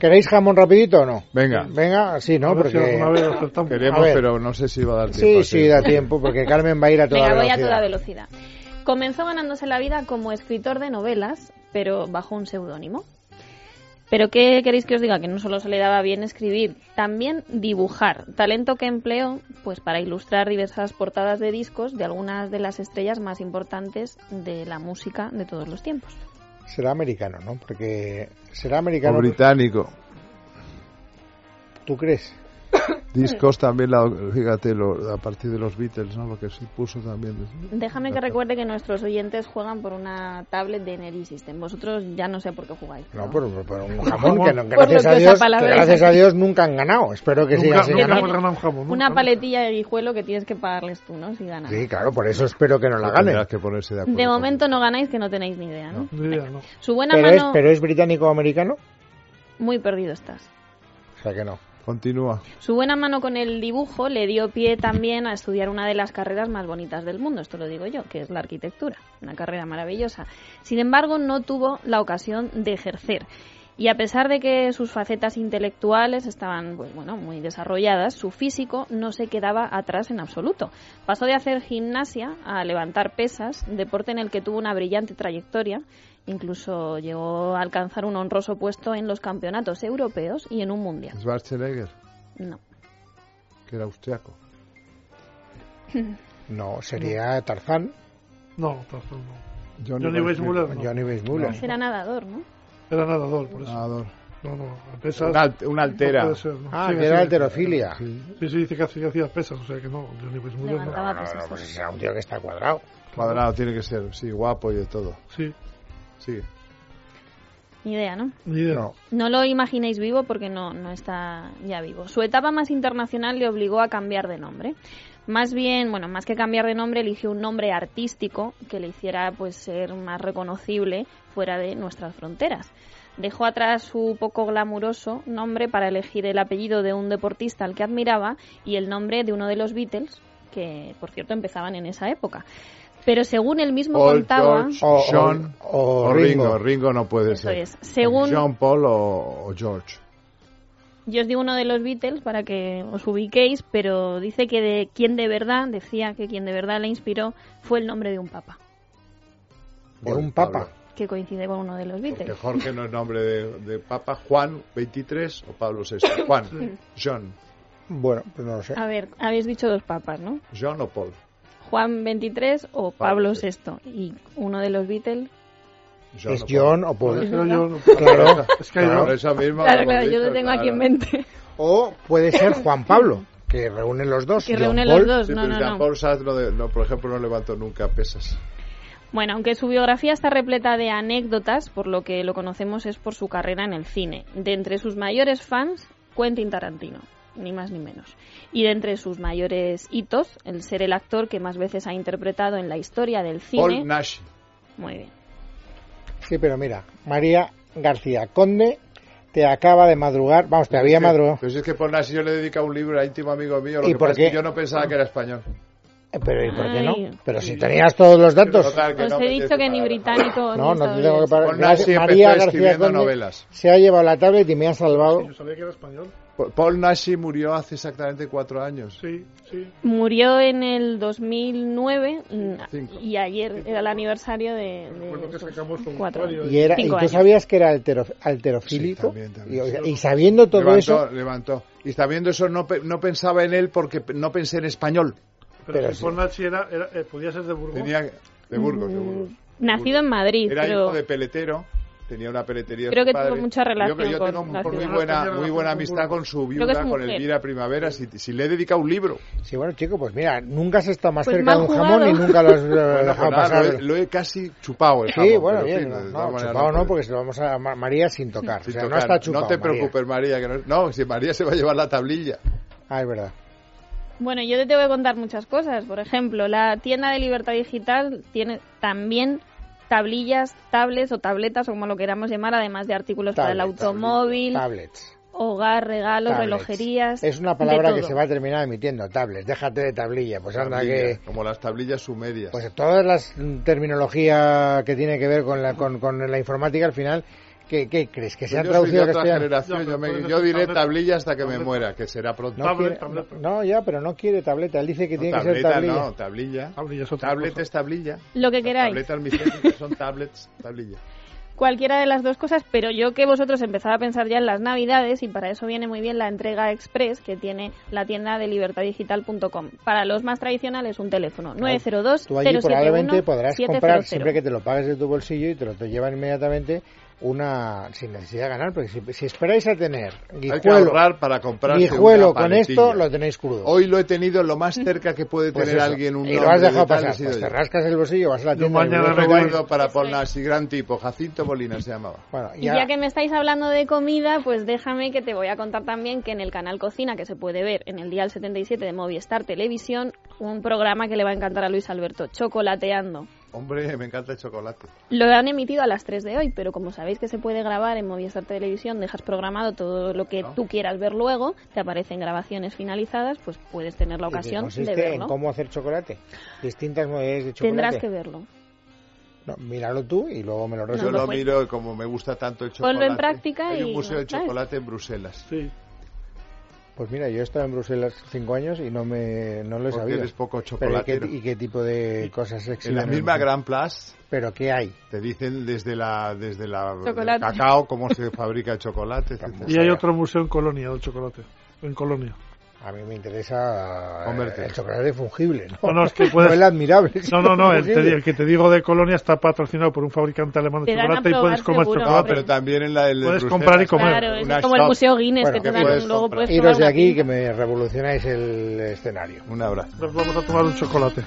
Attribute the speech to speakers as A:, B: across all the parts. A: ¿Queréis jamón rapidito o no?
B: Venga.
A: Venga, sí, ¿no?
C: A ver si alguna vez
A: Porque...
C: lo soltamos.
A: A
B: Queremos,
A: ver.
B: pero no sé si va a dar tiempo.
A: Sí,
B: a
A: sí, da
B: hacer.
A: tiempo, porque Carmen va a ir a toda
D: Venga, voy
A: velocidad.
D: a toda velocidad. Comenzó ganándose la vida como escritor de novelas, pero bajo un seudónimo. Pero ¿qué queréis que os diga? Que no solo se le daba bien escribir, también dibujar. Talento que empleó pues para ilustrar diversas portadas de discos de algunas de las estrellas más importantes de la música de todos los tiempos.
A: Será americano, ¿no? Porque será
B: O
A: americano.
B: británico.
A: Mm. ¿Tú crees?
B: Discos también, la- fíjate, lo- a partir de los Beatles, ¿no? Lo que sí puso también.
D: Déjame que recuerde que nuestros oyentes juegan por una tablet de Energy System. Vosotros ya no sé por qué jugáis.
A: No,
D: pero-
A: por, por- por un jamón que, no-
D: Por
A: gracias, a
D: lo que os
A: Dios, que
D: apalabráis
A: gracias a
D: aquí.
A: Dios nunca han ganado. Espero que sigan
C: Nunca,
A: así.
C: nunca
D: sí.
C: hemos ganado un jamón. nunca,
D: Una
C: nunca.
D: paletilla de guijuelo que tienes que pagarles tú, ¿no? Si ganas.
A: Sí, claro, por eso espero que no la ganen.
B: Tendrá que ponerse de acuerdo.
D: De momento no ganáis que no tenéis ni idea, ¿no?
C: Ni idea, no.
D: Su buena
A: Pero es,
D: mano,
A: pero es británico o americano.
D: muy perdido estás.
A: O sea que no.
B: Continúa.
D: Su buena mano con el dibujo le dio pie también a estudiar una de las carreras más bonitas del mundo, esto lo digo yo, que es la arquitectura, una carrera maravillosa. Sin embargo, no tuvo la ocasión de ejercer. Y a pesar de que sus facetas intelectuales estaban pues, bueno, muy desarrolladas, su físico no se quedaba atrás en absoluto. Pasó de hacer gimnasia a levantar pesas, deporte en el que tuvo una brillante trayectoria, incluso llegó a alcanzar un honroso puesto en los campeonatos europeos y en un mundial.
B: Schwarzenegger,
D: No.
B: que era austriaco.
A: No, sería Tarzán,
C: No, tampoco, no.
B: Johnny,
C: Johnny Weissmuller, no.
A: Johnny Weissmuller.
D: Será nadador, ¿no?
C: Era nadador, por
A: Ah.
C: eso.
B: Nadador.
C: No, no, a pesas.
B: Una, alt- una
C: no
B: altera.
C: puede ser, no.
A: Ah,
C: Sí,
A: que
C: sí,
A: era
C: sí.
D: Ah,
A: alterofilia.
D: pues
B: Sí.
C: Sí, sí, dice que hacía, hacía pesas, o sea que no, Johnny Weissmuller no.
D: Levantaba
A: No, no,
D: pesas.
A: pues será un tío que está cuadrado.
B: Cuadrado tiene que ser. Sí, guapo y de todo.
C: Sí,
B: Sigue.
D: Ni idea, ¿no?
C: ni idea.
A: No.
D: No lo imaginéis vivo porque no, no está ya vivo. Su etapa más internacional le obligó a cambiar de nombre. Más bien, bueno, más que cambiar de nombre, eligió un nombre artístico que le hiciera pues ser más reconocible fuera de nuestras fronteras. Dejó atrás su poco glamuroso nombre para elegir el apellido de un deportista al que admiraba y el nombre de uno de los Beatles, que por cierto empezaban en esa época. Pero según él mismo
B: Paul,
D: contaba,
B: George,
A: O- o-
B: John
A: o
B: o Ringo.
A: Ringo.
B: Ringo no puede
D: Eso
B: ser.
D: es. Según-
B: John Paul o, o George.
D: Yo os digo uno de los Beatles para que os ubiquéis, pero dice que de quien de verdad, decía que quien de verdad le inspiró fue el nombre de un papa,
A: De
B: Bueno,
A: un papa.
B: Pablo.
D: que coincide con uno de los
B: Porque
D: Beatles.
B: Jorge no es nombre de, de Papa. Juan 23 o Pablo VI. Juan. John.
A: Bueno, pues no lo sé.
D: A ver, habéis dicho dos papas, ¿no?
B: John o Paul.
D: Juan 23 o
B: Pablo
D: Pablo VI. Y uno de los Beatles.
B: John
A: Es
B: o Paul.
A: John o
D: pues,
C: Es que
A: Paul.
C: no, yo no-
A: Claro.
C: Es que hay
B: Claro,
C: dos.
B: esa misma
D: Claro,
B: lo
D: claro,
B: hemos
D: yo lo
B: dicho,
D: tengo aquí
B: claro.
D: en mente.
A: O puede ser Juan Pablo, que reúne los dos.
D: Que
A: John
D: reúne
A: Paul.
D: los dos,
B: Sí,
D: no,
B: pero
D: no,
B: Jean
D: no.
B: Paul Sartre no, de- no, por ejemplo, no levantó nunca pesas.
D: Bueno, aunque su biografía está repleta de anécdotas, por lo que lo conocemos es por su carrera en el cine. De entre sus mayores fans, Quentin Tarantino, ni más ni menos. Y de entre sus mayores hitos, el ser el actor que más veces ha interpretado en la historia del cine.
B: Paul Nash.
D: Muy bien.
A: Sí, pero mira, María García Conde te acaba de madrugar. Vamos, te había madrugado.
B: Pues es que Paul Nash yo le dedico a un libro a íntimo amigo mío. Lo
A: ¿Y
B: que
A: por
B: pasa es
A: qué?
B: que yo no pensaba que era español.
A: Eh, Pero ¿y por qué
D: Ay.
A: no? Pero si tenías todos los datos.
B: Total, que
D: Os
B: no
D: he
B: me
D: dicho
B: dice
D: que ni
B: nada.
D: británico
A: No,
D: ni
A: no te tengo que
D: estadounidense.
A: parar.
B: Paul Nash
A: Gracias,
B: empezó
A: María García
B: escribiendo
A: Conde
B: novelas.
A: se ha llevado la tablet y me ha salvado.
C: Yo sabía que era español.
B: Pa- Paul Nash murió hace exactamente cuatro años.
C: Sí, sí.
D: Murió en el 2009
B: Cinco.
D: mm, y ayer era el aniversario de, de
C: Recuerdo que
D: sus
C: sacamos un
D: cuatro
C: usuario
D: años.
A: Y, era, y
D: Cinco
A: tú
D: años.
A: sabías que era altero- alterofílico.
B: Sí, también, también.
A: Y- y, sabiendo todo
B: levantó,
A: eso,
B: levantó. Y sabiendo eso, no, pe- no pensaba en él porque pe- no pensé en español.
C: Pero,
A: Pero
C: si
A: sí.
C: Paul Nachi era, era- eh, podía ser de Burgos.
B: Tenía. De Burgos, de Burgos.
D: mm, Nacido en Madrid,
B: Era
D: pero
B: hijo de peletero. Tenía una peletería.
D: Creo
B: su
D: que
B: padre.
D: tuvo mucha
B: Yo-
D: relación
B: Yo,
D: con
B: tengo
D: la
B: por muy
D: ciudad.
B: buena,
C: Tenía
B: muy
C: relación
B: buena
C: con
B: amistad
C: Burgos.
B: con su
D: Creo que es
B: viuda, con
D: mujer.
B: Elvira Primavera. Si, si le he dedicado un libro.
A: sí, bueno, chico, pues mira, nunca has estado más
D: Pues
A: cerca de
D: mal
A: un jamón
D: jugado.
A: y nunca lo has eh,
B: Bueno,
A: dejado
B: pues nada,
A: pasar.
B: lo, he, lo he casi chupado. El
A: Sí,
B: jamón,
A: bueno,
B: pero, en
A: bien.
B: fin, de
A: no,
B: todas
A: no,
B: maneras,
A: chupado no,
B: puede-
A: porque se lo vamos a Ma- María sin tocar.
B: sin
A: o sea, no
B: tocar.
A: está chupado.
B: No te
A: María.
B: preocupes, María. que no, no, si María se va a llevar la tablilla.
A: Ah, es verdad.
D: Bueno, yo te tengo que contar muchas cosas. Por ejemplo, la tienda de Libertad Digital tiene también tablillas, tablets o tabletas, o como lo queramos llamar, además de artículos para el
A: Tablets,
D: automóvil,
A: Tablets.
D: hogar, regalos,
A: tablets.
D: relojerías.
A: Es una
D: de
A: palabra que
D: todo.
A: se va a terminar emitiendo, tablets. Déjate de tablilla. Pues anda
B: Tablilla,
A: que...
B: Como las tablillas sumerias.
A: Pues todas las mm, terminología que tiene que ver con la, con, con la informática al final ¿Qué, qué crees? ¿Que se ha
B: yo soy de
A: traducido a
B: otra
A: castellano?
B: generación,
C: Ya,
B: yo,
C: pero
B: me-
C: puedes
B: yo diré
C: tableta.
B: tablilla hasta que me
C: Tableta.
B: muera, que será pronto.
A: No,
C: Tablet,
A: quiere-
C: tableta.
A: no, ya, pero no quiere tableta. Él dice que
B: No,
A: tiene que ser
B: tableta,
A: tablilla. pues,
B: no, tablilla.
C: Tablilla Ah, es otra
B: Tablet
C: cosa.
B: es tablilla.
D: Lo que
B: Las
D: queráis.
B: Tabletas mis son tablets, tablilla.
D: cualquiera de las dos cosas, pero yo que vosotros empezaba a pensar ya en las navidades y para eso viene muy bien la entrega express que tiene la tienda de libertadigital.com. Para los más tradicionales un teléfono
A: Tú allí probablemente podrás comprar siempre
D: 902-071-700.
A: que te lo pagues de tu bolsillo y te lo te llevan inmediatamente una sin necesidad de ganar, porque si, si esperáis a tener
B: Hay que
A: guijuelo,
B: ahorrar para comprar.
A: guijuelo con esto, lo tenéis crudo.
B: Hoy lo he tenido lo más cerca que puede
A: Pues
B: tener
A: eso.
B: alguien un
A: y lo
B: nombre
A: has dejado
B: de tal,
A: pasar.
B: he sido
A: Pues te
B: yo.
A: rascas el bolsillo, vas a la
C: Yo
A: tienda. y
C: mañana
A: vuelves.
C: no voy.
B: Recuerdo para
D: Eso
B: Pornas
D: es.
B: así gran tipo, Jacinto Molina se llamaba.
A: Bueno,
D: Y ya que me estáis hablando de comida, pues déjame que te voy a contar también que en el canal Cocina, que se puede ver en el Dial 77 de Movistar Televisión, un programa que le va a encantar a Luis Alberto, Chocolateando.
B: Hombre, me encanta el chocolate.
D: Lo han emitido a las 3 de hoy, pero como sabéis que se puede grabar en Movistar Televisión, dejas programado todo lo que
B: Claro.
D: tú quieras ver luego, te aparecen grabaciones finalizadas, pues puedes tener la
A: y que
D: ocasión
A: consiste
D: de
A: en
D: verlo.
A: cómo hacer chocolate. Distintas modalidades de chocolate.
D: Tendrás que verlo.
A: No, míralo tú y luego me lo
B: Yo
A: resuelvo.
B: lo
D: pues-
B: miro y como me gusta tanto el
D: Ponlo
B: chocolate.
D: en práctica
B: Hay
D: y
B: un museo de
D: lo sabes.
B: chocolate en Bruselas.
C: Sí.
A: Pues mira, yo he estado en Bruselas cinco años y no me no lo he
B: Porque
A: sabido.
B: eres poco
A: Pero ¿y qué,
B: chocolatero.
A: y qué tipo de cosas
B: en
A: existen?
B: la misma Gran Place
A: ¿Pero qué hay?
B: te dicen desde la desde la
D: Chocolate.
B: el cacao cómo se fabrica el chocolate. etcétera.
C: Y hay otro museo en Colonia del chocolate. En Colonia.
A: A mí me interesa eh,
B: Comerte.
A: el chocolate fungible, ¿no?
C: No, no, es que
A: No
C: puedes.
A: el admirable.
C: No, no, no. El, te-
A: fungible.
C: el que te digo de Colonia está patrocinado por un fabricante alemán de
D: Te dan a
C: chocolate y
D: probar
C: puedes comer
D: seguro,
B: No,
C: chocolate.
B: pero también en la del de
C: Puedes
B: Bruselas,
C: comprar y comer.
D: Claro, eso
B: Una
D: es como el
B: shop.
D: Museo Guinness
A: Bueno,
D: que te
A: que
D: dan
B: puedes
D: un luego
B: comprar.
D: puedes
A: Iros
D: probar
A: de
D: una
A: aquí
D: pinta.
A: que me revolucionáis el escenario.
B: Un abrazo.
C: Nos vamos a tomar un chocolate.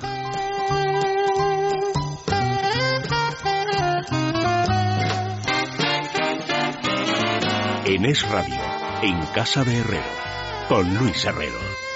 E: En Es Radio, en Casa de Herrero, con Luis Herrero.